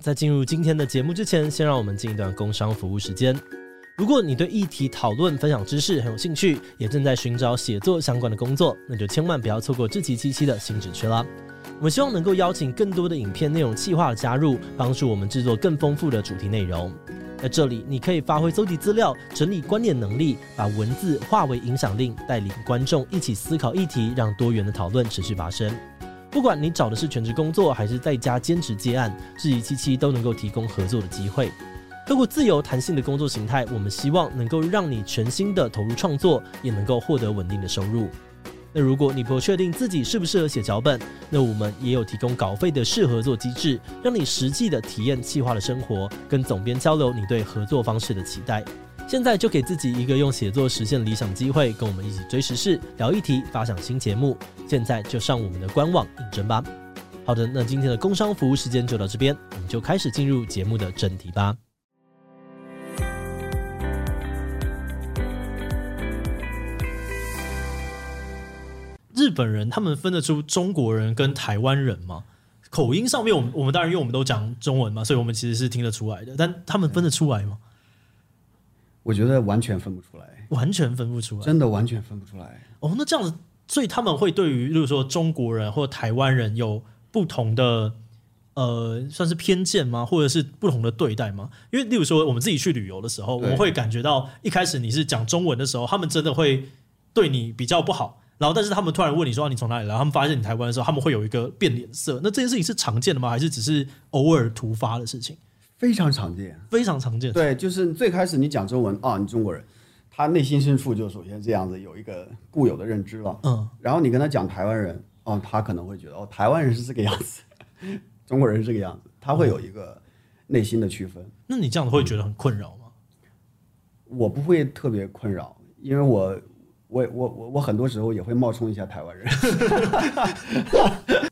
在进入今天的节目之前，先让我们进一段工商服务时间。如果你对议题讨论、分享知识很有兴趣，也正在寻找写作相关的工作，那就千万不要错过这期七期的新职缺啦。我们希望能够邀请更多的影片内容企划的加入，帮助我们制作更丰富的主题内容。在这里，你可以发挥搜集资料、整理观点能力，把文字化为影响力，带领观众一起思考议题，让多元的讨论持续发生。不管你找的是全职工作还是在家兼职接案，智怡七七都能够提供合作的机会。透过自由弹性的工作形态，我们希望能够让你全心的投入创作，也能够获得稳定的收入。那如果你不确定自己适不适合写脚本，那我们也有提供稿费的试合作机制，让你实际的体验企划的生活，跟总编交流你对合作方式的期待。现在就给自己一个用写作实现理想的机会，跟我们一起追时事、聊议题、发想新节目。现在就上我们的官网应征吧。好的，那今天的工商服务时间就到这边，我们就开始进入节目的正题吧。日本人他们分得出中国人跟台湾人吗？口音上面，我们我们当然因为我们都讲中文嘛，所以我们其实是听得出来的。但他们分得出来吗？我觉得完全分不出来，完全分不出来。真的完全分不出来。哦，那这样子，所以他们会对于，例如说中国人或台湾人有不同的呃，算是偏见吗？或者是不同的对待吗？因为例如说我们自己去旅游的时候，我对们会感觉到一开始你是讲中文的时候，他们真的会对你比较不好。然后，但是他们突然问你说、啊你从哪里来，他们发现你台湾的时候，他们会有一个变脸色。那这件事情是常见的吗？还是只是偶尔突发的事情？非常常见。非常常见。对，就是最开始你讲中文啊，你中国人，他内心深处就首先这样子有一个固有的认知了。嗯，然后你跟他讲台湾人，哦，他可能会觉得哦，台湾人是这个样子，中国人是这个样子，他会有一个内心的区分。那你这样子会觉得很困扰吗？我不会特别困扰，因为我我我我我很多时候也会冒充一下台湾人。嗨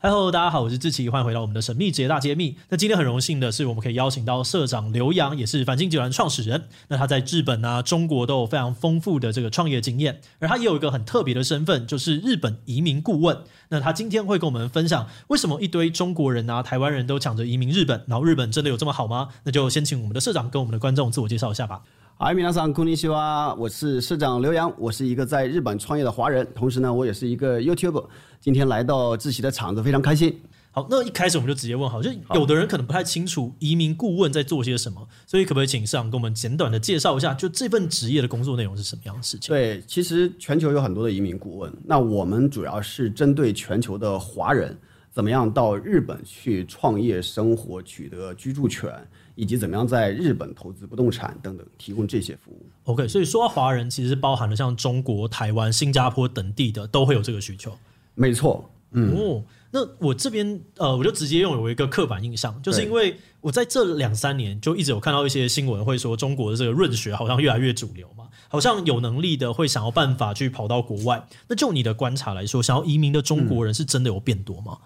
，Hello，大家好，我是志奇，欢迎回到我们的神秘职业大揭秘。那今天很荣幸的是，我们可以邀请到社长刘洋，也是繁星集团创始人。那他在日本啊、中国都有非常丰富的这个创业经验，而他也有一个很特别的身份，就是日本移民顾问。那他今天会跟我们分享为什么一堆中国人啊、台湾人都抢着移民日本，然后日本真的有这么好吗？那就先请我们的社长跟我们的观众自我介绍一下吧。嗨，皆さんこんにちは。我是社长刘洋，我是一个在日本创业的华人，同时呢，我也是一个 YouTube。今天来到志奇的场子，非常开心。好，那一开始我们就直接问好，就是有的人可能不太清楚移民顾问在做些什么，所以可不可以请社长给我们简短的介绍一下，就这份职业的工作内容是什么样的事情？对，其实全球有很多的移民顾问，那我们主要是针对全球的华人，怎么样到日本去创业、生活、取得居住权，以及怎么样在日本投资不动产等等，提供这些服务。 OK，所以说到华人其实包含了像中国、台湾、新加坡等地的都会有这个需求。没错，哦，那我这边呃，我就直接用有一个刻板印象，就是因为我在这两三年就一直有看到一些新闻会说中国的这个润学好像越来越主流嘛，好像有能力的会想要办法去跑到国外。那就你的观察来说，想要移民的中国人是真的有变多吗？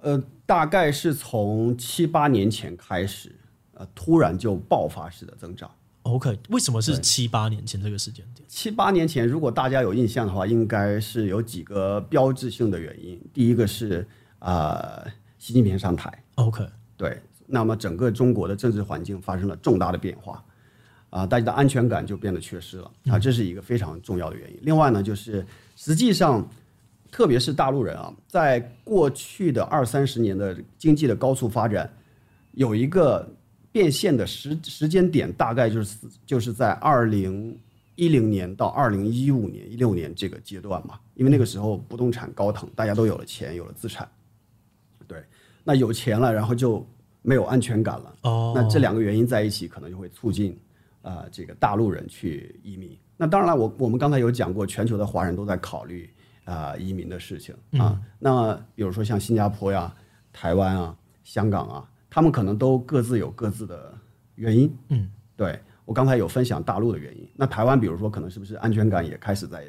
呃，大概是从七八年前开始，呃，突然就爆发式的增长。 OK，为什么是七八年前这个时间点？七八年前，如果大家有印象的话，应该是有几个标志性的原因。第一个是啊、呃，习近平上台。 OK，对，那么整个中国的政治环境发生了重大的变化，啊，大家的安全感就变得缺失了啊，这是一个非常重要的原因。另外呢，就是实际上，特别是大陆人啊，在过去的二三十年的经济的高速发展，有一个变现的时时间点，大概就是四就是在二零。一零年到二零一五年、一六年这个阶段嘛，因为那个时候不动产高腾，大家都有了钱，有了资产，对，那有钱了，然后就没有安全感了。哦那这两个原因在一起，可能就会促进啊、呃这个大陆人去移民。那当然了，我我们刚才有讲过，全球的华人都在考虑啊、移民的事情嗯啊。那比如说像新加坡呀、台湾啊、香港啊，他们可能都各自有各自的原因。嗯，对我刚才有分享大陆的原因。那台湾，比如说可能是不是安全感也开始在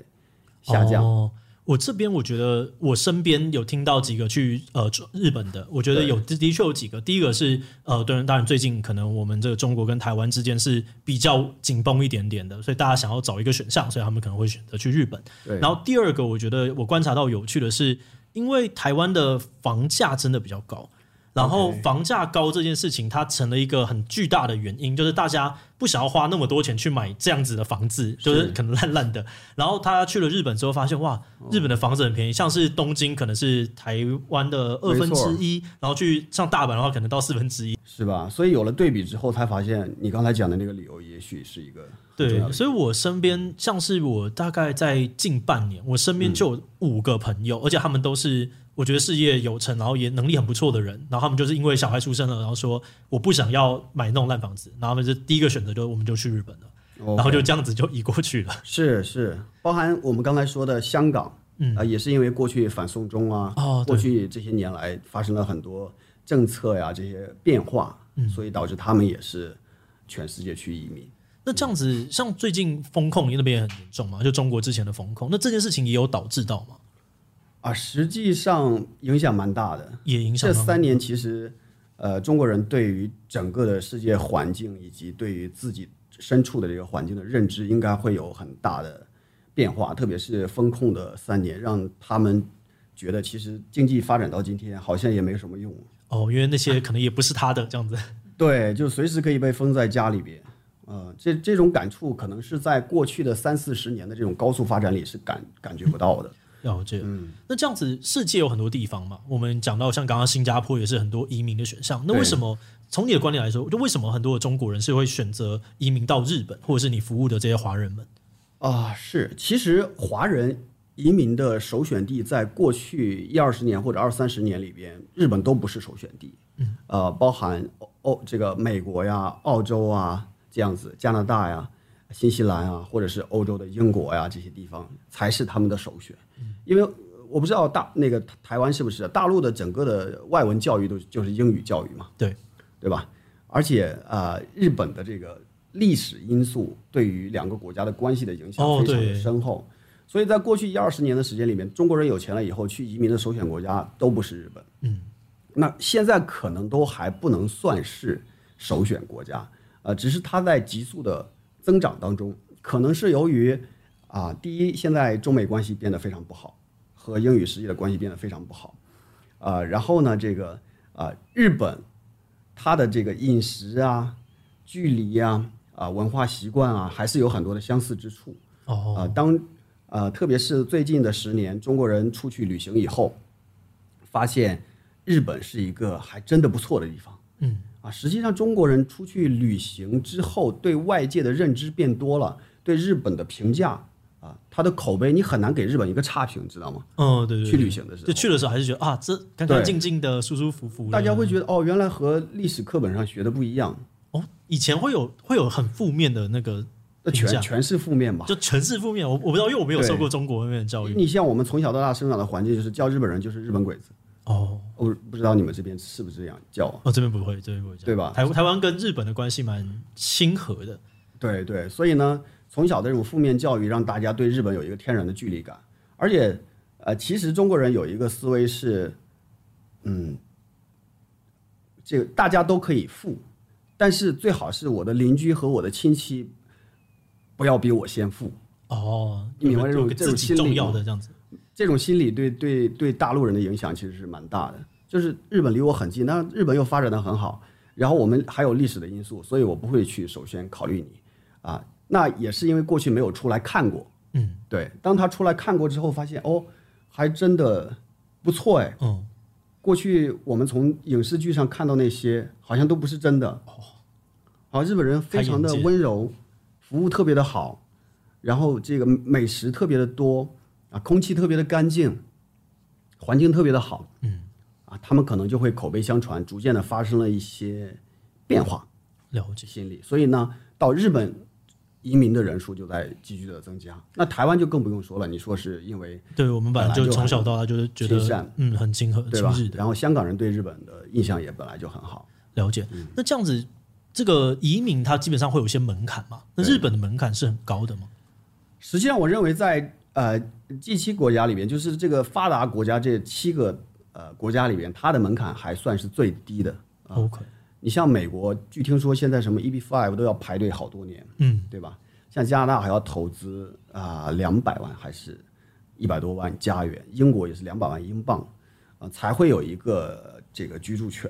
下降？哦我这边我觉得我身边有听到几个去呃中日本的，我觉得有的的确有几个。第一个是呃，对，当然最近可能我们这个中国跟台湾之间是比较紧绷一点点的，所以大家想要找一个选项，所以他们可能会选择去日本。对然后第二个，我觉得我观察到有趣的是，因为台湾的房价真的比较高，然后房价高这件事情，它成了一个很巨大的原因，就是大家不想要花那么多钱去买这样子的房子，就是可能烂烂的。然后他去了日本之后，发现哇，日本的房子很便宜，像是东京可能是台湾的二分之一，然后去上大阪的话，可能到四分之一。是吧？所以有了对比之后，才发现你刚才讲的那个理由，也许是一个很重要对，的所以我身边像是我大概在近半年，我身边嗯就有五个朋友，而且他们都是我觉得事业有成，然后也能力很不错的人。然后他们就是因为小孩出生了，然后说我不想要买那种烂房子，然后他们就第一个选择就我们就去日本了，哦然后就这样子就移过去了。 是是，包含我们刚才说的香港，嗯啊、也是因为过去反送中啊，哦过去这些年来发生了很多政策呀、这些变化，嗯，所以导致他们也是全世界去移民。那这样子，像最近风控那边也很严重嘛，就中国之前的风控，那这件事情也有导致到嘛，啊，实际上影响蛮大的。也影响这到吗三年其实，呃，中国人对于整个的世界环境以及对于自己身处的这个环境的认知，应该会有很大的变化。特别是风控的三年，让他们觉得其实经济发展到今天好像也没什么用。哦，因为那些可能也不是他的这样子。对，就随时可以被封在家里边。呃，这这种感触可能是在过去的三四十年的这种高速发展里是感感觉不到的。了解，嗯那这样子，世界有很多地方嘛，我们讲到像刚刚新加坡也是很多移民的选项。那为对什么从你的观点来说，就为什么很多的中国人是会选择移民到日本，或者是你服务的这些华人们？啊，是，其实华人移民的首选地，在过去一二十年或者二三十年里边，日本都不是首选地，嗯，呃，包含欧欧这个美国呀、澳洲啊这样子，加拿大呀、新西兰啊，或者是欧洲的英国呀这些地方才是他们的首选，因为。我不知道大那个台湾是不是啊大陆的整个的外文教育都就是英语教育嘛，对，对吧？而且呃，日本的这个历史因素对于两个国家的关系的影响哦非常对的深厚，所以在过去一二十年的时间里面，中国人有钱了以后去移民的首选国家都不是日本，嗯，那现在可能都还不能算是首选国家，呃，只是它在急速的增长当中，可能是由于啊、第一，现在中美关系变得非常不好，和英语世界的关系变得非常不好，啊、然后呢，这个啊、日本它的这个饮食啊、距离啊、啊文化习惯啊，还是有很多的相似之处。哦，啊、当呃，特别是最近的十年，中国人出去旅行以后，发现日本是一个还真的不错的地方。嗯，啊，实际上中国人出去旅行之后，对外界的认知变多了，对日本的评价啊，他的口碑，你很难给日本一个差评，知道吗？嗯，对对对，去旅行的时候就去的时候还是觉得啊，这干干净净的，舒舒服服的。大家会觉得哦，原来和历史课本上学的不一样，哦，以前会有会有很负面的那个那评价全，全是负面吧？就全是负面。我我不知道，因为我没有对受过中国那边的教育。你像我们从小到大生长的环境，就是叫日本人就是日本鬼子，哦，我不知道你们这边是不是这样叫啊？哦，这边不会，这边不会这样，对吧台台湾跟日本的关系蛮亲和的。对对，所以呢，从小的这种负面教育让大家对日本有一个天然的距离感，而且呃，其实中国人有一个思维是，嗯，这个大家都可以富，但是最好是我的邻居和我的亲戚不要比我先富。哦，你明白有个有个自这种这种己心理重要吗的这样子。这种心理对对对大陆人的影响其实是蛮大的。就是日本离我很近，那日本又发展的很好，然后我们还有历史的因素，所以我不会去首先考虑你啊。那也是因为过去没有出来看过，嗯，对。当他出来看过之后，发现哦，还真的不错哎。嗯，过去我们从影视剧上看到那些，好像都不是真的。好，日本人非常的开眼界温柔，服务特别的好，然后这个美食特别的多啊，空气特别的干净，环境特别的好。嗯，啊，他们可能就会口碑相传，逐渐的发生了一些变化了解。心理。所以呢，到日本移民的人数就在急剧的增加。那台湾就更不用说了，你说是因为对我们本来就从小到大就是觉亲得善嗯很亲和、对亲吧日？的然后香港人对日本的印象也本来就很好。了解。嗯那这样子，这个移民它基本上会有一些门槛嘛？那日本的门槛是很高的吗？实际上，我认为在呃 G 七国家里边，就是这个发达国家这七个呃国家里边，它的门槛还算是最低的。 OK，你像美国，据听说现在什么 EB five 都要排队好多年，嗯，对吧？像加拿大还要投资啊两百万还是一百多万加元，英国也是两百万英镑，啊、才会有一个这个居住权。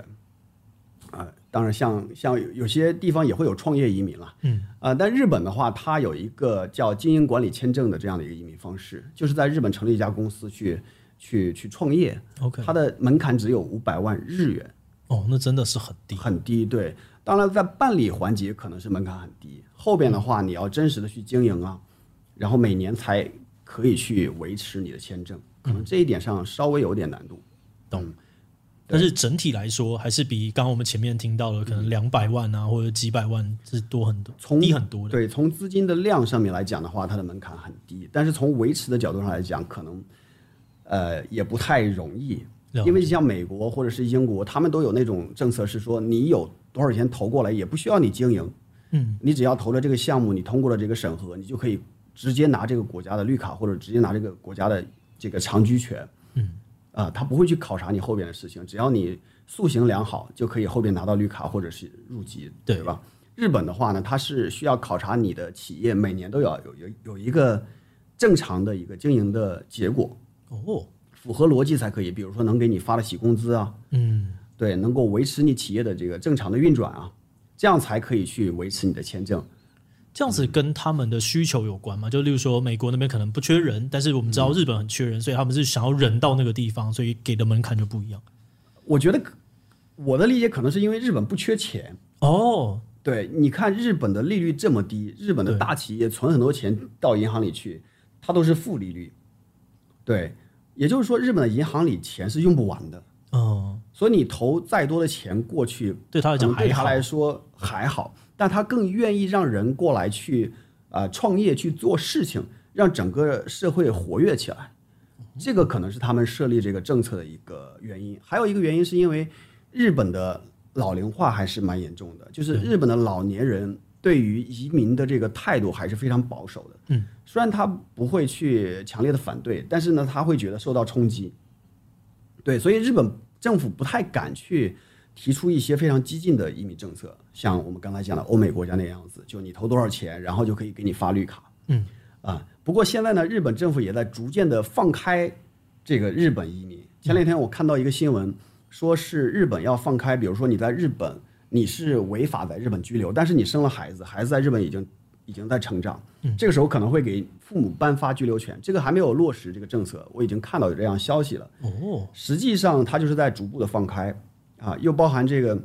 当然像，像有有些地方也会有创业移民了，嗯，啊、但日本的话，它有一个叫经营管理签证的这样的一个移民方式，就是在日本成立一家公司去去去创业 OK 它的门槛只有五百万日元，哦，那真的是很低。很低。对，当然在办理环节可能是门槛很低，后边的话你要真实的去经营啊，然后每年才可以去维持你的签证，可能这一点上稍微有点难度。但是整体来说，还是比刚刚我们前面听到的可能两百万啊，或者几百万是多很多，嗯从低很多的。对，从资金的量上面来讲的话，它的门槛很低，但是从维持的角度上来讲，可能呃也不太容易，了因为像美国或者是英国，他们都有那种政策是说，你有多少钱投过来，也不需要你经营，嗯，你只要投了这个项目，你通过了这个审核，你就可以直接拿这个国家的绿卡，或者直接拿这个国家的这个长居权，嗯，啊、他不会去考察你后边的事情，只要你塑形良好，就可以后边拿到绿卡或者是入籍，对吧？日本的话呢，它是需要考察你的企业每年都要有有有一个正常的一个经营的结果，哦，符合逻辑才可以。比如说能给你发得起工资啊，嗯，对，能够维持你企业的这个正常的运转啊，这样才可以去维持你的签证。这样子跟他们的需求有关吗？就例如说，美国那边可能不缺人，但是我们知嗯道日本很缺人，所以他们是想要人到那个地方，所以给的门槛就不一样。我觉得可我的理解可能是因为日本不缺钱，哦，对，你看日本的利率这么低，日本的大企业存很多钱到银行里去，它都是负利率，对，也就是说日本的银行里钱是用不完的。嗯，所以你投再多的钱过去，对他来讲可能嗯还对他好来说还好，但他更愿意让人过来去啊、呃创业去做事情，让整个社会活跃起来。这个可能是他们设立这个政策的一个原因。还有一个原因是因为日本的老龄化还是蛮严重的，就是日本的老年人对于移民的这个态度还是非常保守的。嗯，虽然他不会去强烈的反对，但是呢，他会觉得受到冲击。对，所以日本政府不太敢去提出一些非常激进的移民政策，像我们刚才讲的欧美国家那样子，就你投多少钱，然后就可以给你发绿卡。嗯，啊，不过现在呢，日本政府也在逐渐的放开这个日本移民。前两天我看到一个新闻，说是日本要放开，比如说你在日本你是违法在日本拘留，但是你生了孩子，孩子在日本已经已经在成长，这个时候可能会给父母颁发居留权。这个还没有落实这个政策，我已经看到有这样消息了。哦，实际上它就是在逐步的放开啊，又包含这个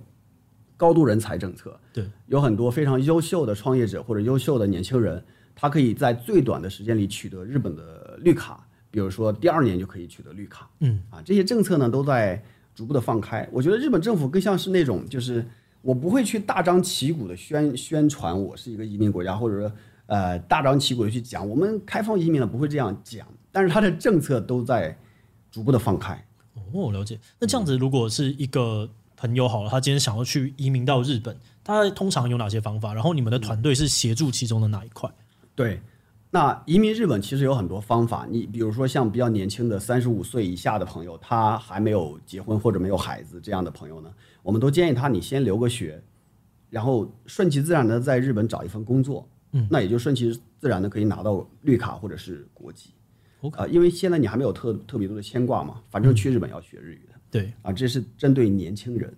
高度人才政策。对，有很多非常优秀的创业者或者优秀的年轻人，他可以在最短的时间里取得日本的绿卡，比如说第二年就可以取得绿卡。嗯，啊，这些政策呢都在逐步的放开。我觉得日本政府更像是那种，就是我不会去大张旗鼓的宣宣传我是一个移民国家，或者说呃大张旗鼓的去讲我们开放移民了，不会这样讲。但是它的政策都在逐步的放开。哦，了解。那这样子，如果是一个朋友好了，他今天想要去移民到日本，他通常有哪些方法？然后你们的团队是协助其中的哪一块？对，那移民日本其实有很多方法。你比如说像比较年轻的三十五岁以下的朋友，他还没有结婚或者没有孩子这样的朋友呢，我们都建议他你先留个学，然后顺其自然的在日本找一份工作，嗯，那也就顺其自然的可以拿到绿卡或者是国籍。 OK 呃因为现在你还没有特特别多的牵挂嘛，反正去日本要学日语的。对，啊，这是针对年轻人。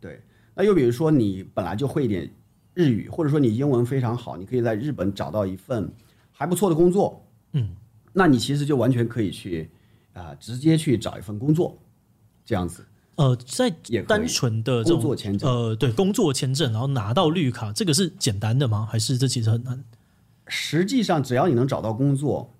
对，那又比如说你本来就会一点日语，或者说你英文非常好，你可以在日本找到一份还不错的工作。嗯，那你其实就完全可以去啊、直接去找一份工作，这样子。呃，在也可以单纯的这种工作签证呃，对，工作签证，然后拿到绿卡，这个是简单的吗？还是这其实很难？实际上，只要你能找到工作，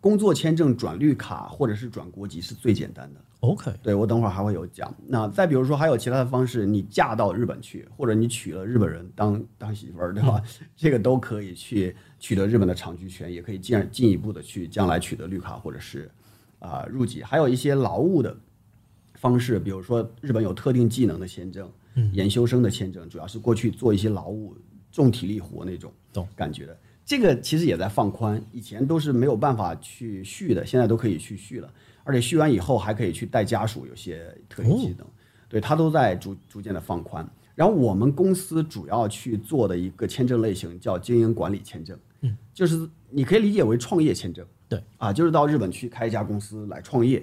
工作签证转绿卡或者是转国籍是最简单的。 OK，对我等会儿还会有讲。那再比如说，还有其他的方式，你嫁到日本去，或者你娶了日本人当当媳妇儿，对吧？ 这个都可以去取得日本的长居权，也可以进进一步的去将来取得绿卡或者是啊、入籍。还有一些劳务的方式，比如说日本有特定技能的签证，研修生的签证，主要是过去做一些劳务、重体力活那种懂感觉的。这个其实也在放宽，以前都是没有办法去续的，现在都可以去续了，而且续完以后还可以去带家属，有些特异技能，对它都在逐逐渐的放宽。然后我们公司主要去做的一个签证类型叫经营管理签证，嗯，就是你可以理解为创业签证，对，啊，就是到日本去开一家公司来创业，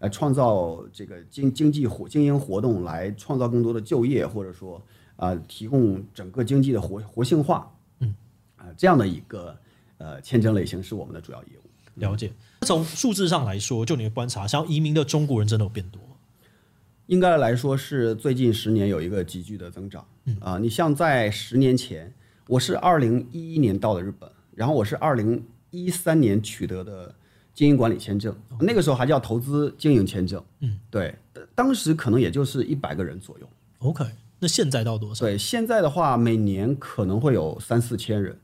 来创造这个经经济活经营活动，来创造更多的就业，或者说啊、提供整个经济的活活性化，嗯，啊、这样的一个呃签证类型是我们的主要业务。了解。从数字上来说，就你的观察，想要移民的中国人真的有变多吗？应该来说是最近十年有一个急剧的增长。啊，你像在十年前，我是二零一一年到的日本，然后我是二零一三年取得的经营管理签证，那个时候还叫投资经营签证。嗯，对，当当时可能也就是一百个人左右。 OK，那现在到多少？对，现在的话，每年可能会有三四千人，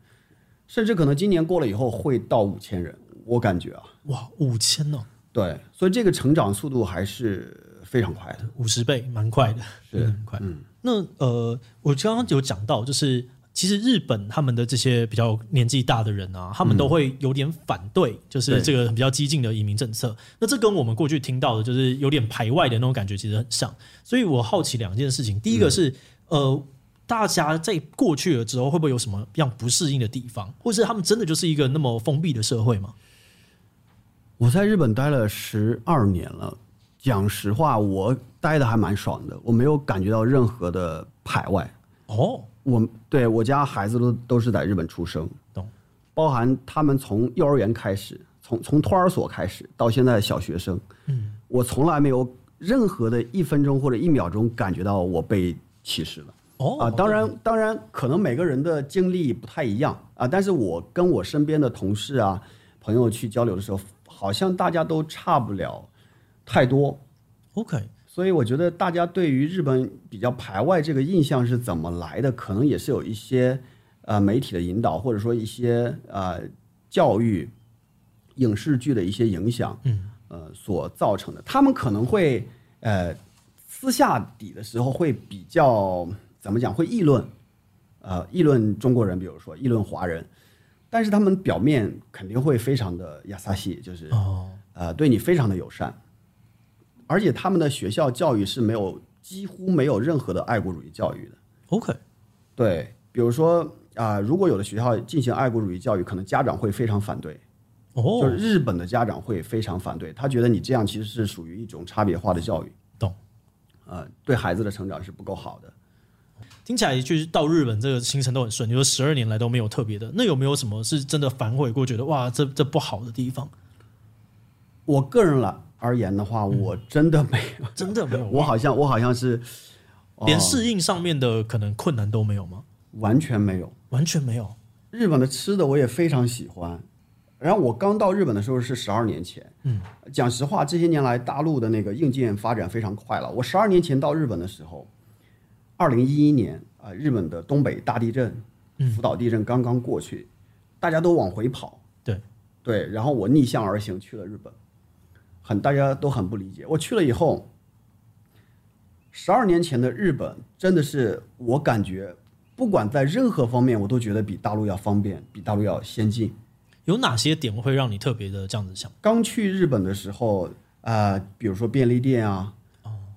甚至可能今年过了以后会到五千人，我感觉啊，哇，五千哦，对，所以这个成长速度还是非常快的。五十倍，蛮快的，是很快。嗯那呃，我刚刚有讲到，就是其实日本他们的这些比较年纪大的人嗯啊，他们都会有点反对，就是这个比较激进的移民政策。那这跟我们过去听到的，就是有点排外的那种感觉，其实很像。所以我好奇两件事情，第一个是、嗯呃。大家在过去了之后，会不会有什么样不适应的地方，或是他们真的就是一个那么封闭的社会吗？我在日本待了十二年了，讲实话，我待的还蛮爽的，我没有感觉到任何的排外。哦，我对我家孩子都都是在日本出生，懂？包含他们从幼儿园开始，从从托儿所开始到现在的小学生，嗯，我从来没有任何的一分钟或者一秒钟感觉到我被歧视了。哦，啊，当然，当然，可能每个人的经历不太一样啊，但是我跟我身边的同事啊、朋友去交流的时候，好像大家都差不了太多， ，OK，所以我觉得大家对于日本比较排外这个印象是怎么来的，可能也是有一些呃媒体的引导，或者说一些呃教育、影视剧的一些影响，嗯，呃所造成的。他们可能会呃私下底的时候会比较怎么讲，会议论，呃议论中国人，比如说议论华人，但是他们表面肯定会非常的亚萨西，就是哦，呃，对你非常的友善，而且他们的学校教育是没有几乎没有任何的爱国主义教育的。 OK，对，比如说啊、如果有的学校进行爱国主义教育，可能家长会非常反对，就哦是，日本的家长会非常反对，他觉得你这样其实是属于一种差别化的教育，懂。呃，对孩子的成长是不够好的。听起来就是到日本这个行程都很顺，你说十二年来都没有特别的，那有没有什么是真的反悔过，觉得哇，这这不好的地方？我个人来而言的嗯话，我真的没有， 真的没有，我好像我好像是哦呃连适应上面的可能困难都没有吗？完全没有。完全没有。日本的吃的我也非常喜欢。然后我刚到日本的时候是十二年前，嗯，讲实话，这些年来大陆的那个硬件发展非常快了。我十二年前到日本的时候，二零一一年啊、呃日本的东北大地震、福岛地震刚刚过去，大家都往回跑，对，对，然后我逆向而行去了日本，很大家都很不理解。我去了以后，十二年前的日本真的是我感觉，不管在任何方面，我都觉得比大陆要方便，比大陆要先进。有哪些点会让你特别的这样子想？刚去日本的时候，啊、比如说便利店啊，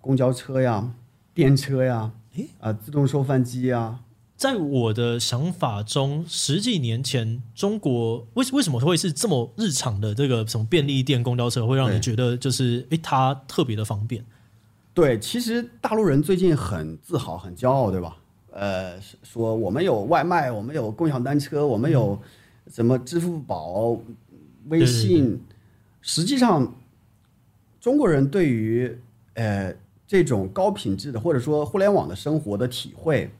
公交车呀，电车呀，啊、自动售饭机呀，在我的想法中，十几年前中国为为什么会是这么日常的这个什么便利店、公交车，会让你对觉得就是诶，它特别的方便？对，其实大陆人最近很自豪、很骄傲，对吧？呃，是说我们有外卖，我们有共享单车，我们有什么支付宝、微信。实际上，中国人对于呃这种高品质的或者说互联网的生活的体会，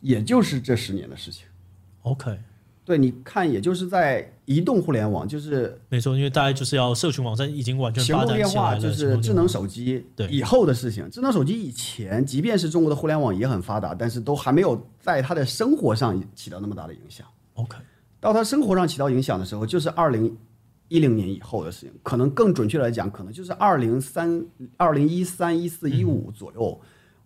也就是这十年的事情。 OK，对，你看，也就是在移动互联网，就是没错，因为大家就是要社群网站已经完全行发动展电起来话了，就是智行动电能话手机对以后的事情。智能手机以前，即便是中国的互联网也很发达，但是都还没有在它的生活上起到那么大的影响。 OK，到它生活上起到影响的时候，就是二零一零年以后的事情。可能更准确来讲，可能就是二零三、二零一三、一四、一嗯五左右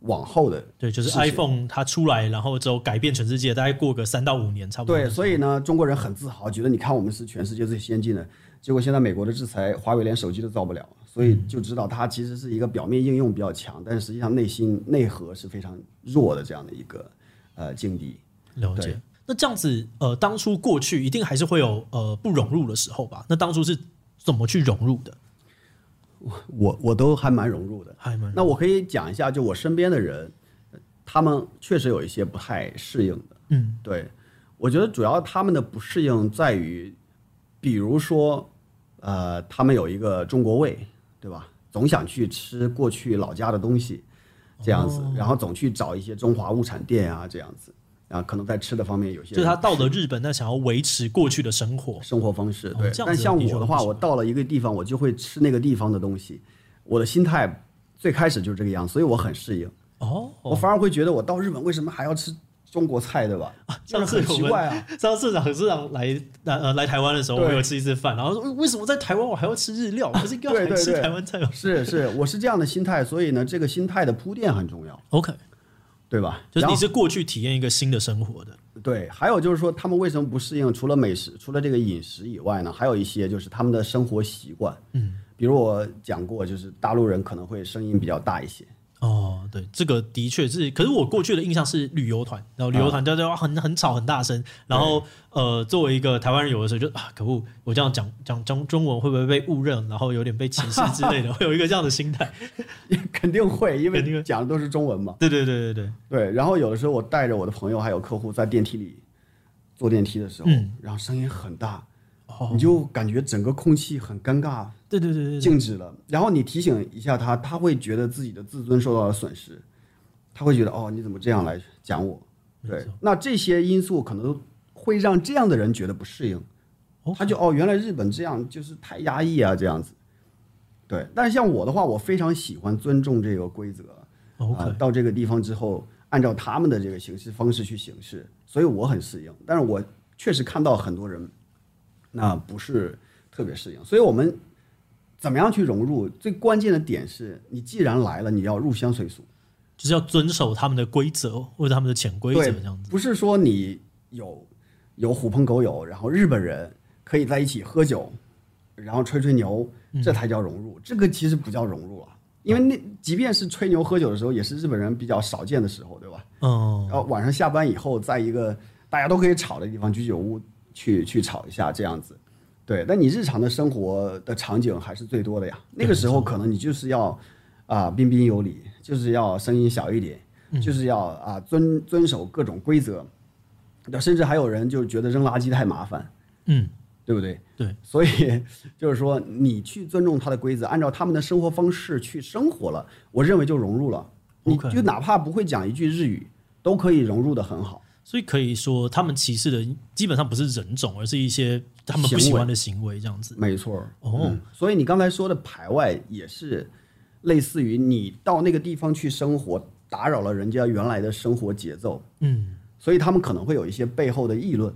往后的。对，就是事情 iPhone 它出来，然后之后改变全世界，大概过个三到五年差不多。对，所以呢，中国人很自豪，觉得你看我们是全世界最先进的。结果现在美国的制裁，华为连手机都造不了，所以就知道它其实是一个表面应用比较强，但是实际上内心内核是非常弱的这样的一个呃境地。了解对。那这样子，呃，当初过去一定还是会有呃不融入的时候吧？那当初是怎么去融入的？我我都还蛮融入的，还蛮嗯那我可以讲一下，就我身边的人，呃他们确实有一些不太适应的。嗯，对，我觉得主要他们的不适应在于，比如说，呃，他们有一个中国胃，对吧？总想去吃过去老家的东西，这样哦子，然后总去找一些中华物产店啊，这样子，啊，可能在吃的方面有些就是他到了日本，但想要维持过去的生活，生活方式。哦对，这样但子像的确我的不话，行我到了一个地方，我就会吃那个地方的东西，我的心态最开始就是这个样，所以我很适应。哦，我反而会觉得我到日本为什么还要吃中国菜，对吧？上次很奇怪 啊。上次市长市长来呃来台湾的时候，对我有吃一次饭，然后说呃为什么在台湾我还要吃日 料？不是应该对还对吃对台湾菜吗是是，我是这样的心态，所以呢，这个心态的铺垫很重要， ？OK，对吧？就是然你后是过去体验一个新的生活的，对，还有就是说，他们为什么不适应？除了美食，除了这个饮食以外呢，还有一些就是他们的生活习惯。嗯，比如我讲过，就是大陆人可能会声音比较大 一些。哦，对，这个的确是，可是我过去的印象是旅游团，然后旅游团就就很很吵很大声，然后呃，作为一个台湾人，有的时候就啊，可恶，我这样讲讲中中文会不会被误认，然后有点被歧视之类 的，会有一个这样的心态。肯定会，因肯定为讲的都是中文嘛。对对对对对，对，然后有的时候我带着我的朋友还有客户在电梯里坐电梯的时候，嗯然后声音很大，你就感觉整个空气很尴尬，哦对对对对对，静止了。然后你提醒一下他，他会觉得自己的自尊受到了损失，他会觉得哦，你怎么这样来讲我？对，那这些因素可能会让这样的人觉得不适应，他就哦，原来日本这样就是太压抑啊，这样子。对，但是像我的话，我非常喜欢尊重这个规则。哦啊，到这个地方之后，按照他们的这个行事方式去行事，所以我很适应。但是我确实看到很多人，那不是特别适应。所以我们怎么样去融入？最关键的点是你既然来了，你要入乡随俗，就是要遵守他们的规则或者他们的潜规则对这样子。，不是说你有有狐朋狗友，然后日本人可以在一起喝酒，然后吹吹牛，嗯这才叫融入。这个其实不叫融入啊。因为那即便是吹牛喝酒的时候，也是日本人比较少见的时候，对吧？嗯，然后晚上下班以后，在一个大家都可以吵的地方，居酒屋去去吵一下，这样子。对，但你日常的生活的场景还是最多的呀。那个时候可能你就是要啊、彬彬有礼，就是要声音小一点，就是要啊、遵遵守各种规则。那甚至还有人就觉得扔垃圾太麻烦，嗯，对不对？对，所以就是说，你去尊重他的规则，按照他们的生活方式去生活了，我认为就融入了。你 OK 就哪怕不会讲一句日语，都可以融入的很好。所以可以说他们歧视的基本上不是人种，而是一些他们不喜欢的行为这样子。没错儿，哦嗯所以你刚才说的排外也是类似于你到那个地方去生活，打扰了人家原来的生活节奏，嗯，所以他们可能会有一些背后的议论。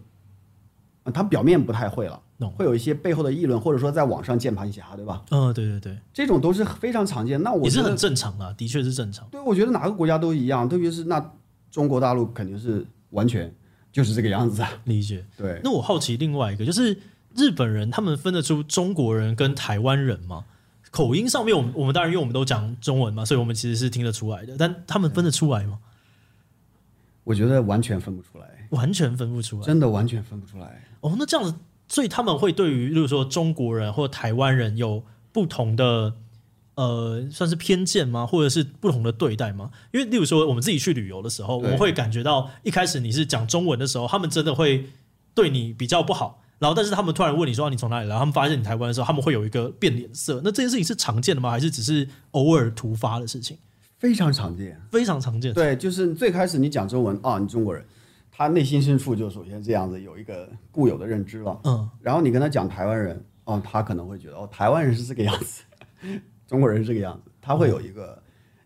啊，他表面不太会了懂，会有一些背后的议论，或者说在网上键盘侠，对吧？呃，对对对，这种都是非常常见。那也我觉是得很正常啊，的确是正常。对，我觉得哪个国家都一样，特别是那中国大陆肯定是完全就是这个样子啊。理解。对，那我好奇另外一个，就是日本人他们分得出中国人跟台湾人吗？口音上面，我们我们当然因为我们都讲中文嘛，所以我们其实是听得出来的。但他们分得出来吗？我觉得完全分不出来，完全分不出来。真的完全分不出来。哦，那这样子，所以他们会对于，例如说中国人或台湾人有不同的呃，算是偏见吗？或者是不同的对待吗？因为例如说我们自己去旅游的时候，我对们会感觉到一开始你是讲中文的时候，他们真的会对你比较不好。然后，但是他们突然问你说、啊你从哪里来，他们发现你台湾的时候，他们会有一个变脸色。那这件事情是常见的吗？还是只是偶尔突发的事情？非常常见。非常常见。对，就是最开始你讲中文啊，你中国人，他内心深处就首先这样子有一个固有的认知了。嗯，然后你跟他讲台湾人，哦，他可能会觉得哦，台湾人是这个样子， 中国人是这个样子，他会有一个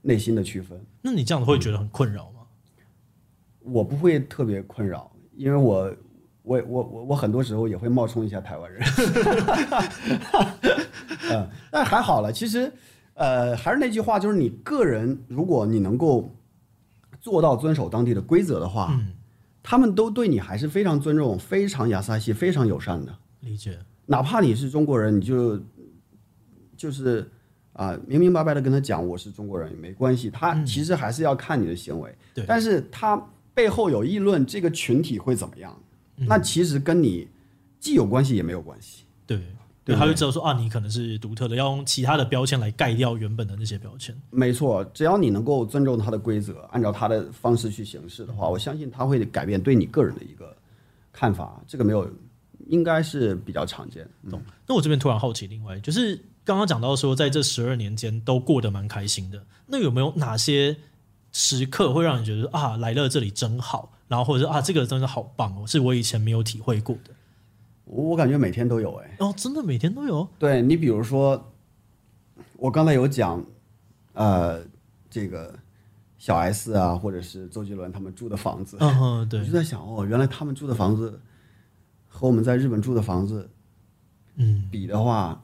内心的区分。那你这样子会觉得很困扰吗？我不会特别困扰，因为我我我我我很多时候也会冒充一下台湾人， 嗯，但还好了。其实，呃，还是那句话，就是你个人，如果你能够做到遵守当地的规则的话，他们都对你还是非常尊重、非常雅萨西、非常友善的。理解。哪怕你是中国人，你就就是啊、明明白白的跟他讲我是中国人也没关系，他其实还是要看你的行为。对但是他背后有议论这个嗯群体会怎么样，那其实跟你既有关系也没有关系。对，对，对不他对就知道说啊，你可能是独特的，要用其他的标签来盖掉原本的那些标签。没错，只要你能够尊重他的规则，按照他的方式去行事的话，我相信他会改变对你个人的一个看法，这个没有，应该是比较常见。那我这边突然好奇，另外就是刚刚讲到说，在这十二年间都过得蛮开心的，那有没有哪些时刻会让你觉得啊，来了这里真好，然后或者是啊，这个真的好棒哦，是我以前没有体会过的。我我感觉每天都有哎。哦，真的每天都有对你比如说，我刚才有讲，呃，这个小 S 啊，或者是周杰伦他们住的房子，嗯哼，对我就在想哦，原来他们住的房子和我们在日本住的房子，嗯，比的话，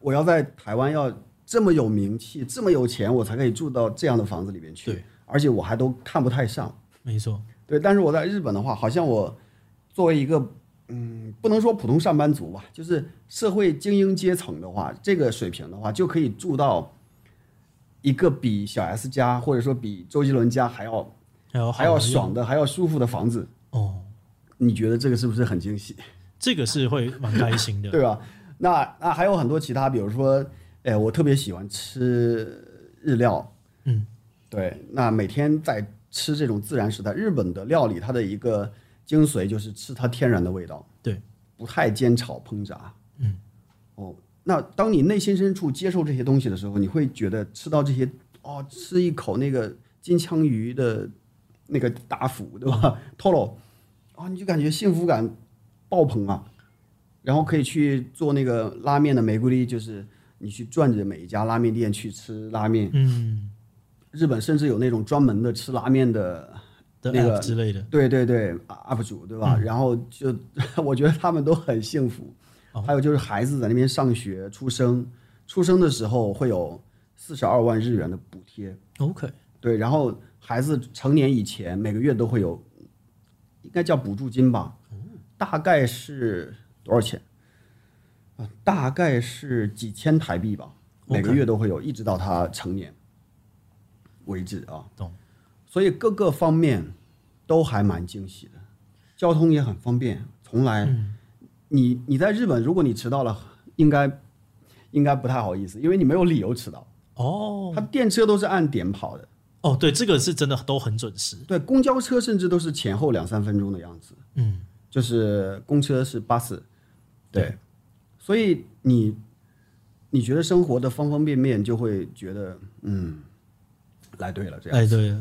我要在台湾要这么有名气、这么有钱，我才可以住到这样的房子里面去，而且我还都看不太上。没错，对，但是我在日本的话，好像我作为一个嗯，不能说普通上班族吧，就是社会精英阶层的话，这个水平的话，就可以住到一个比小 S 家或者说比周杰伦家还要还有还要爽的、还要舒服的房子。哦，你觉得这个是不是很惊喜？这个是会蛮开心的。 对吧？那那还有很多其他，比如说，哎，我特别喜欢吃日料，嗯，对，那每天在吃这种自然食材，日本的料理它的一个精髓就是吃它天然的味道，对，不太煎炒烹炸，嗯，哦，那当你内心深处接受这些东西的时候，你会觉得吃到这些，哦，吃一口那个金枪鱼的那个大腹，对吧？Toro，啊、你就感觉幸福感爆棚啊！然后可以去做那个拉面的玫瑰力，就是你去转着每一家拉面店去吃拉面。嗯，日本甚至有那种专门的吃拉面的，的那 app 个之类的，对对对啊，UP 主对吧？然后就 我觉得他们都很幸福。还有就是孩子在那边上学出生，出生的时候会有四十二万日元的补贴， OK，对，然后孩子成年以前每个月都会有，应该叫补助金吧，大概是多少钱？啊，大概是几千台币吧，每个月都会有，一直到他成年为止啊。懂。所以各个方面都还蛮惊喜的，交通也很方便，从来嗯你、你在日本，如果你迟到了，应该应该不太好意思，因为你没有理由迟到，哦他电车都是按点跑的。哦，对，这个是真的都很准时，对，公交车甚至都是前后两三分钟的样子。嗯，就是公车是巴士，对，所以你你觉得生活的方方面面就会觉得嗯，来对了这样。哎，对，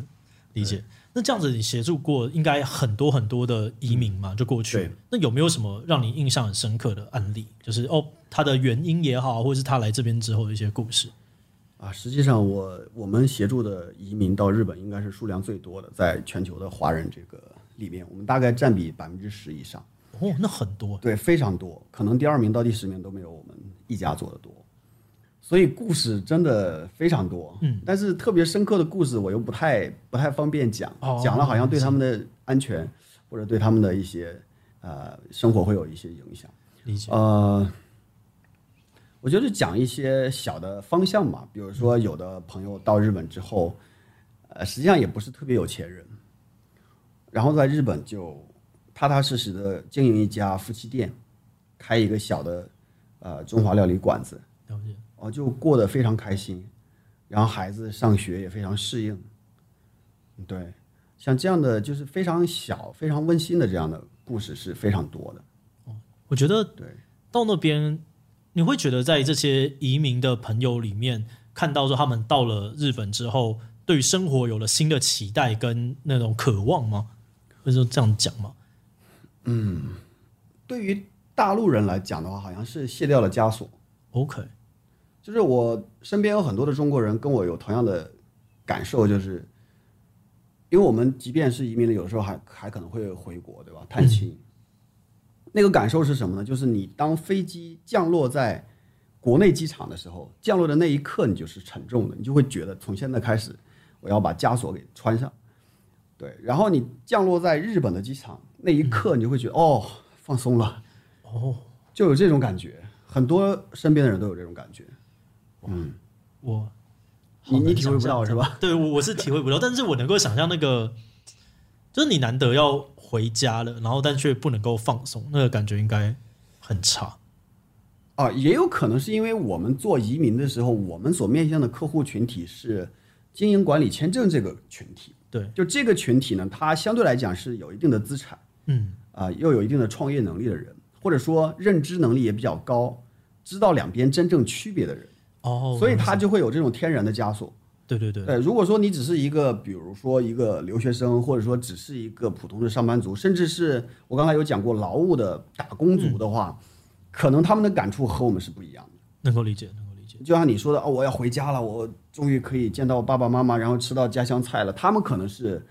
理解。那这样子，你协助过应该很多很多的移民嘛，就过去嗯对。那有没有什么让你印象很深刻的案例？就是哦，他的原因也好，或者是他来这边之后的一些故事。啊，实际上我我们协助的移民到日本应该是数量最多的，在全球的华人这个里面，我们大概占比百分之十以上，哦，那很多，对，非常多，可能第二名到第十名都没有我们一家做的多。所以故事真的非常多，嗯，但是特别深刻的故事我又不太不太方便讲，哦讲了好像对他们的安全或者对他们的一些呃生活会有一些影响。理解。呃，我觉得讲一些小的方向吧，比如嗯说有的朋友到日本之后，呃，实际上也不是特别有钱人，然后在日本就踏踏实实的经营一家夫妻店，开一个小的呃中华料理馆子，了解。哦，就过得非常开心，然后孩子上学也非常适应。对，像这样的就是非常小、非常温馨的这样的故事是非常多的。我觉得对，到那边，你会觉得在这些移民的朋友里面，看到说他们到了日本之后，对于生活有了新的期待跟那种渴望吗？或者说这样讲吗？对于大陆人来讲的话，好像是卸掉了枷锁。 OK，就是我身边有很多的中国人跟我有同样的感受，就是因为我们即便是移民了，有时候还还可能会回国，对吧？探亲，那个感受是什么呢？就是你当飞机降落在国内机场的时候，降落的那一刻，你就是沉重的，你就会觉得从现在开始，我要把枷锁给穿上。对，然后你降落在日本的机场那一刻，你就会觉得、哦，放松了，哦，就有这种感觉。很多身边的人都有这种感觉。我你好你难体会想不象到是吧？ 对，我我是体会不到，但是我能够想象那个，就是你难得要回家了，然后但却不能够放松，那个感觉应该很差。啊，也有可能是因为我们做移民的时候，我们所面向的客户群体是经营管理签证这个群体。对，就这个群体呢，它相对来讲是有一定的资产，嗯，啊、又有一定的创业能力的人，或者说认知能力也比较高，知道两边真正区别的人，哦，所以他就会有这种天然的枷锁。对对对，对，呃如果说你只是一个，比如说一个留学生，或者说只是一个普通的上班族，甚至是我刚才有讲过劳务的打工族的嗯话，可能他们的感触和我们是不一样的。能够理解，能够理解，就像你说的，哦，我要回家了，我终于可以见到爸爸妈妈，然后吃到家乡菜了。他们可能是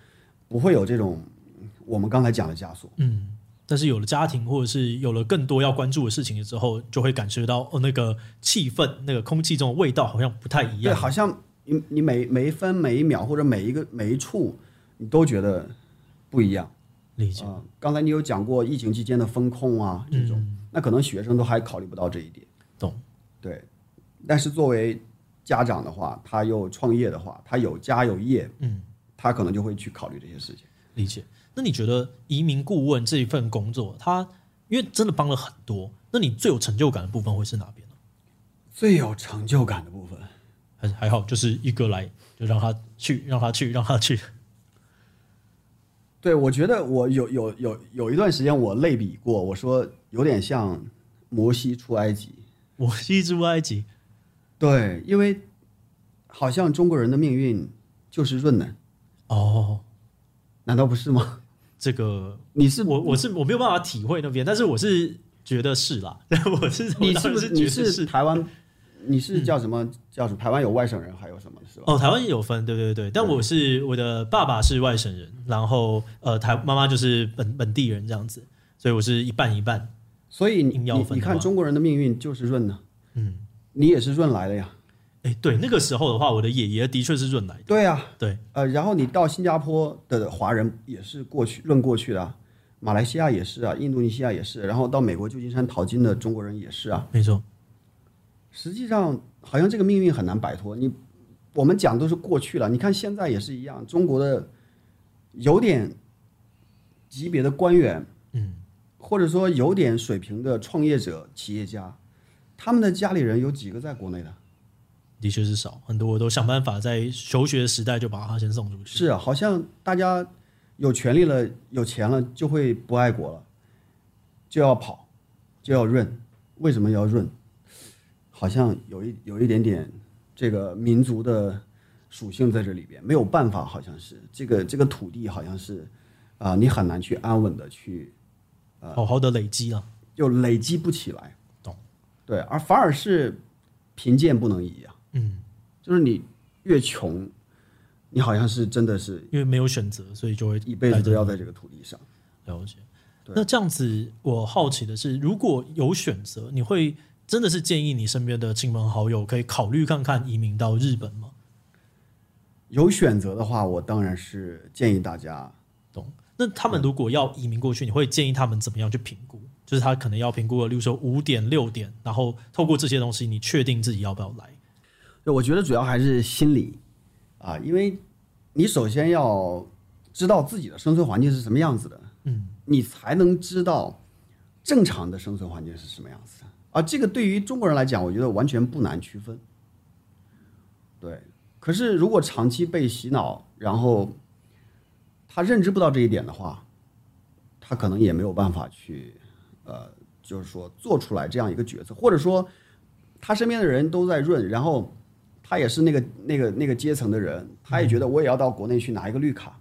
不会有这种我们刚才讲的枷锁。嗯。但是有了家庭，或者是有了更多要关注的事情之后，就会感觉到哦，那个气氛、那个空气中的味道好像不太一对，样。好像你你每每一分每一秒或者每一个每一处，你都觉得不一样。理解，啊、刚才你有讲过疫情期间的风控啊这种，那可能学生都还考虑不到这一点。嗯懂。对，但是作为家长的话，他又创业的话，他有家有业，嗯，他可能就会去考虑这些事情。理解。那你觉得移民顾问这一份工作，它因为真的帮了很多，那你最有成就感的部分会是哪边呢？最有成就感的部分，还还好，就是一哥来就让他去，让他去，让他去。 对我觉得我有有有有一段时间我类比过，我说有点像摩西出埃及。我西出埃及，对，因为好像中国人的命运就是润南，哦，难道不是吗？这个你是嗯我我是我没有办法体会那边，但是我是觉得是啦， 我是嗯 你我当是然不是觉你得是台湾？ 你是叫什么？叫什么？台湾有外省人，还有什么是吧？哦，台湾也有分，对对对，但我是我的爸爸是外省人，然后呃台妈妈就是本本地人这样子，所以我是一半一半，所以你硬要你分的你看话中国人的命运就是润呢，嗯，你也是润来的呀。哎，对，那个时候的话，我的爷爷的确是润来的，对啊，对，呃，然后你到新加坡的华人也是过去润过去的啊，马来西亚也是啊，印度尼西亚也是，然后到美国旧金山淘金的中国人也是啊。没错，实际上，好像这个命运很难摆脱。你我们讲都是过去了，你看现在也是一样，中国的有点级别的官员，嗯，或者说有点水平的创业者、企业家，他们的家里人有几个在国内的？的确是少，很多我都想办法在求学时代就把他先送出去，是啊，好像大家有权利了、有钱了，就会不爱国了，就要跑，就要润。为什么要润？好像有一有一点点这个民族的属性在这里边，没有办法，好像是这个这个土地好像是啊、你很难去安稳的去好好的累积啊，就累积不起来。懂？对，而反而是贫贱不能移啊，嗯，就是你越穷，你好像是真的是因为没有选择，所以就会一辈子待都着要在这个土地上。了解。那这样子，我好奇的是，如果有选择，你会真的是建议你身边的亲朋好友可以考虑看看移民到日本吗？有选择的话，我当然是建议大家，懂？那他们如果要移民过去，你会建议他们怎么样去评估？就是他可能要评估了，例如说五点、六点，然后透过这些东西，你确定自己要不要来？对我觉得主要还是心理啊，因为你首先要知道自己的生存环境是什么样子的，嗯，你才能知道正常的生存环境是什么样子的。啊，这个对于中国人来讲，我觉得完全不难区分。对，可是如果长期被洗脑，然后他认知不到这一点的话，他可能也没有办法去，呃，就是说做出来这样一个决策，或者说他身边的人都在润，然后他也是那个那个那个阶层的人，他也觉得我也要到国内去拿一个绿卡。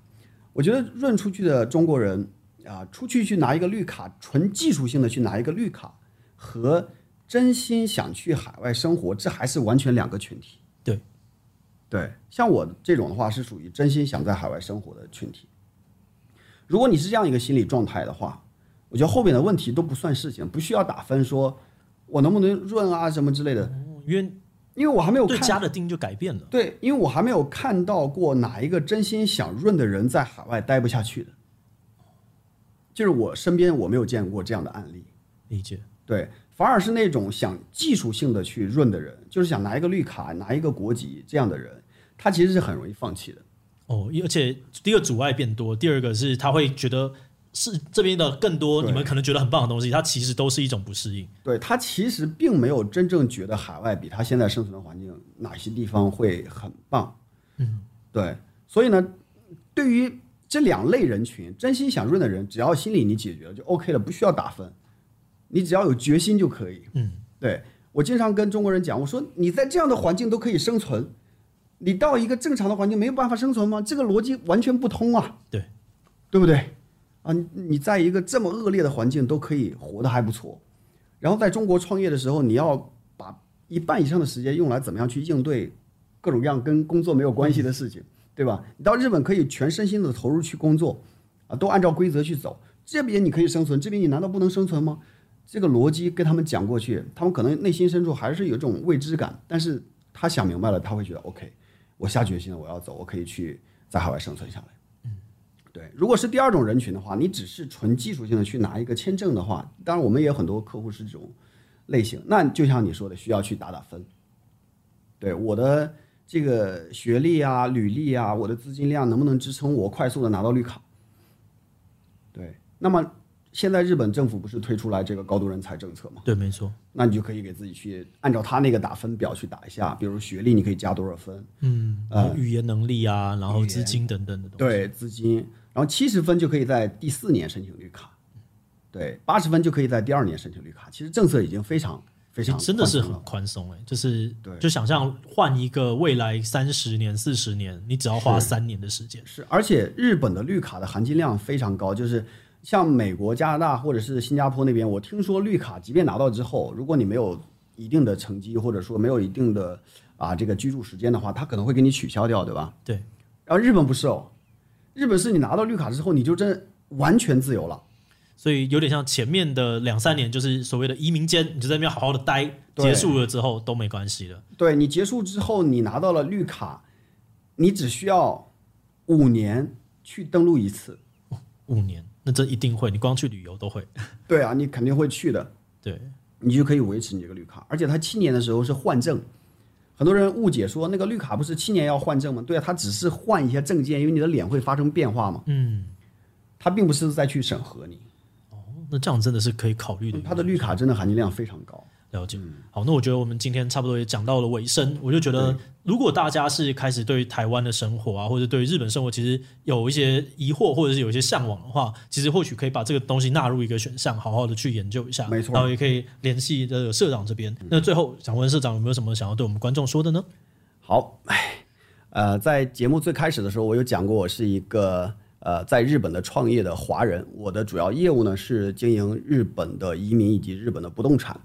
我觉得润出去的中国人啊、出去去拿一个绿卡，纯技术性的去拿一个绿卡，和真心想去海外生活，这还是完全两个群体。对，对，像我这种的话，是属于真心想在海外生活的群体。如果你是这样一个心理状态的话，我觉得后面的问题都不算事情，不需要打分说我能不能润啊什么之类的，哦因为因为我还没有对看家的定义就改变了。对，因为我还没有看到过哪一个真心想润的人在海外待不下去的，就是我身边我没有见过这样的案例。理解，对，反而是那种想技术性的去润的人，就是想拿一个绿卡、拿一个国籍这样的人，他其实是很容易放弃的。哦，而且第一个阻碍变多，第二个是他会觉得是这边的更多对你们可能觉得很棒的东西，它其实都是一种不适应。对他其实并没有真正觉得海外比他现在生存的环境哪些地方会很棒，嗯，对，所以呢，对于这两类人群，真心想润的人，只要心理你解决了就 OK 了，不需要打分，你只要有决心就可以，嗯，对我经常跟中国人讲，我说你在这样的环境都可以生存，你到一个正常的环境没有办法生存吗？这个逻辑完全不通啊，对，对不对？啊，你你在一个这么恶劣的环境都可以活得还不错。然后在中国创业的时候，你要把一半以上的时间用来怎么样去应对各种各样跟工作没有关系的事情，对吧？你到日本可以全身心的投入去工作，啊，都按照规则去走。这边你可以生存，这边你难道不能生存吗？这个逻辑跟他们讲过去，他们可能内心深处还是有一种未知感，但是他想明白了，他会觉得 OK，我下决心了，我要走，我可以去在海外生存下来。对，如果是第二种人群的话，你只是纯技术性的去拿一个签证的话，当然我们也有很多客户是这种类型。那就像你说的，需要去打打分。对我的这个学历啊、履历啊、我的资金量能不能支撑我快速的拿到绿卡？对，那么现在日本政府不是推出来这个高度人才政策吗？对，没错，那你就可以给自己去按照他那个打分表去打一下，比如学历你可以加多少分，嗯，呃然后语言能力啊，然后资金等等的东西。对资金，然后七十分就可以在第四年申请绿卡，对，八十分就可以在第二年申请绿卡。其实政策已经非常非常真的是宽松很了宽松哎，就是对就想象换一个未来三十年、四十年，你只要花三年的时间。是，而且日本的绿卡的含金量非常高，就是像美国、加拿大或者是新加坡那边，我听说绿卡即便拿到之后，如果你没有一定的成绩或者说没有一定的啊这个居住时间的话，他可能会给你取消掉，对吧？对，然后日本不是哦，日本是你拿到绿卡之后，你就真完全自由了。所以有点像前面的两三年，就是所谓的移民间，你就在那边好好的待，对结束了之后都没关系了。对你结束之后，你拿到了绿卡，你只需要五年去登录一次。五年，那这一定会，你光去旅游都会。对啊，你肯定会去的，对，你就可以维持你这个绿卡。而且他七年的时候是换证，很多人误解说那个绿卡不是七年要换证吗？对啊，他只是换一下证件，因为你的脸会发生变化嘛。嗯，他并不是再去审核你，哦那这样真的是可以考虑的。嗯他的嗯绿卡真的含金量非常高。了解。好，那我觉得我们今天差不多也讲到了尾嗯声，我就觉得如果大家是开始对台湾的生活啊，或者对日本生活其实有一些疑惑，或者是有一些向往的话，其实或许可以把这个东西纳入一个选项，好好的去研究一下。没错嗯然后也可以联系这个社长这边。那最后想问社长有没有什么想要对我们观众说的呢？好，唉，呃，在节目最开始的时候，我有讲过，我是一个呃在日本的创业的华人。我的主要业务呢是经营日本的移民以及日本的不动产。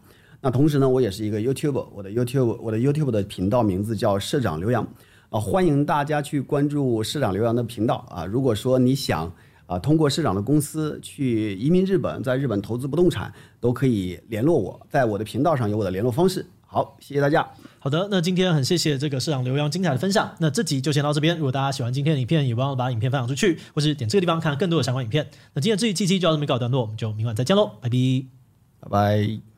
那同时呢，我也是一个 YouTube，我的 YouTube 我的 YouTube 的频道名字叫社长刘洋啊，欢迎大家去关注社长刘洋的频道啊。如果说你想啊通过社长的公司去移民日本，在日本投资不动产，都可以联络我，在我的频道上有我的联络方式。好，谢谢大家。好的，那今天很谢谢这个社长刘洋精彩的分享。那这集就先到这边。如果大家喜欢今天的影片，也不要把影片分享出去，或是点这个地方看更多的相关影片。那今天这一期就到这边告一段落，我们就明晚再见喽，拜拜。拜拜。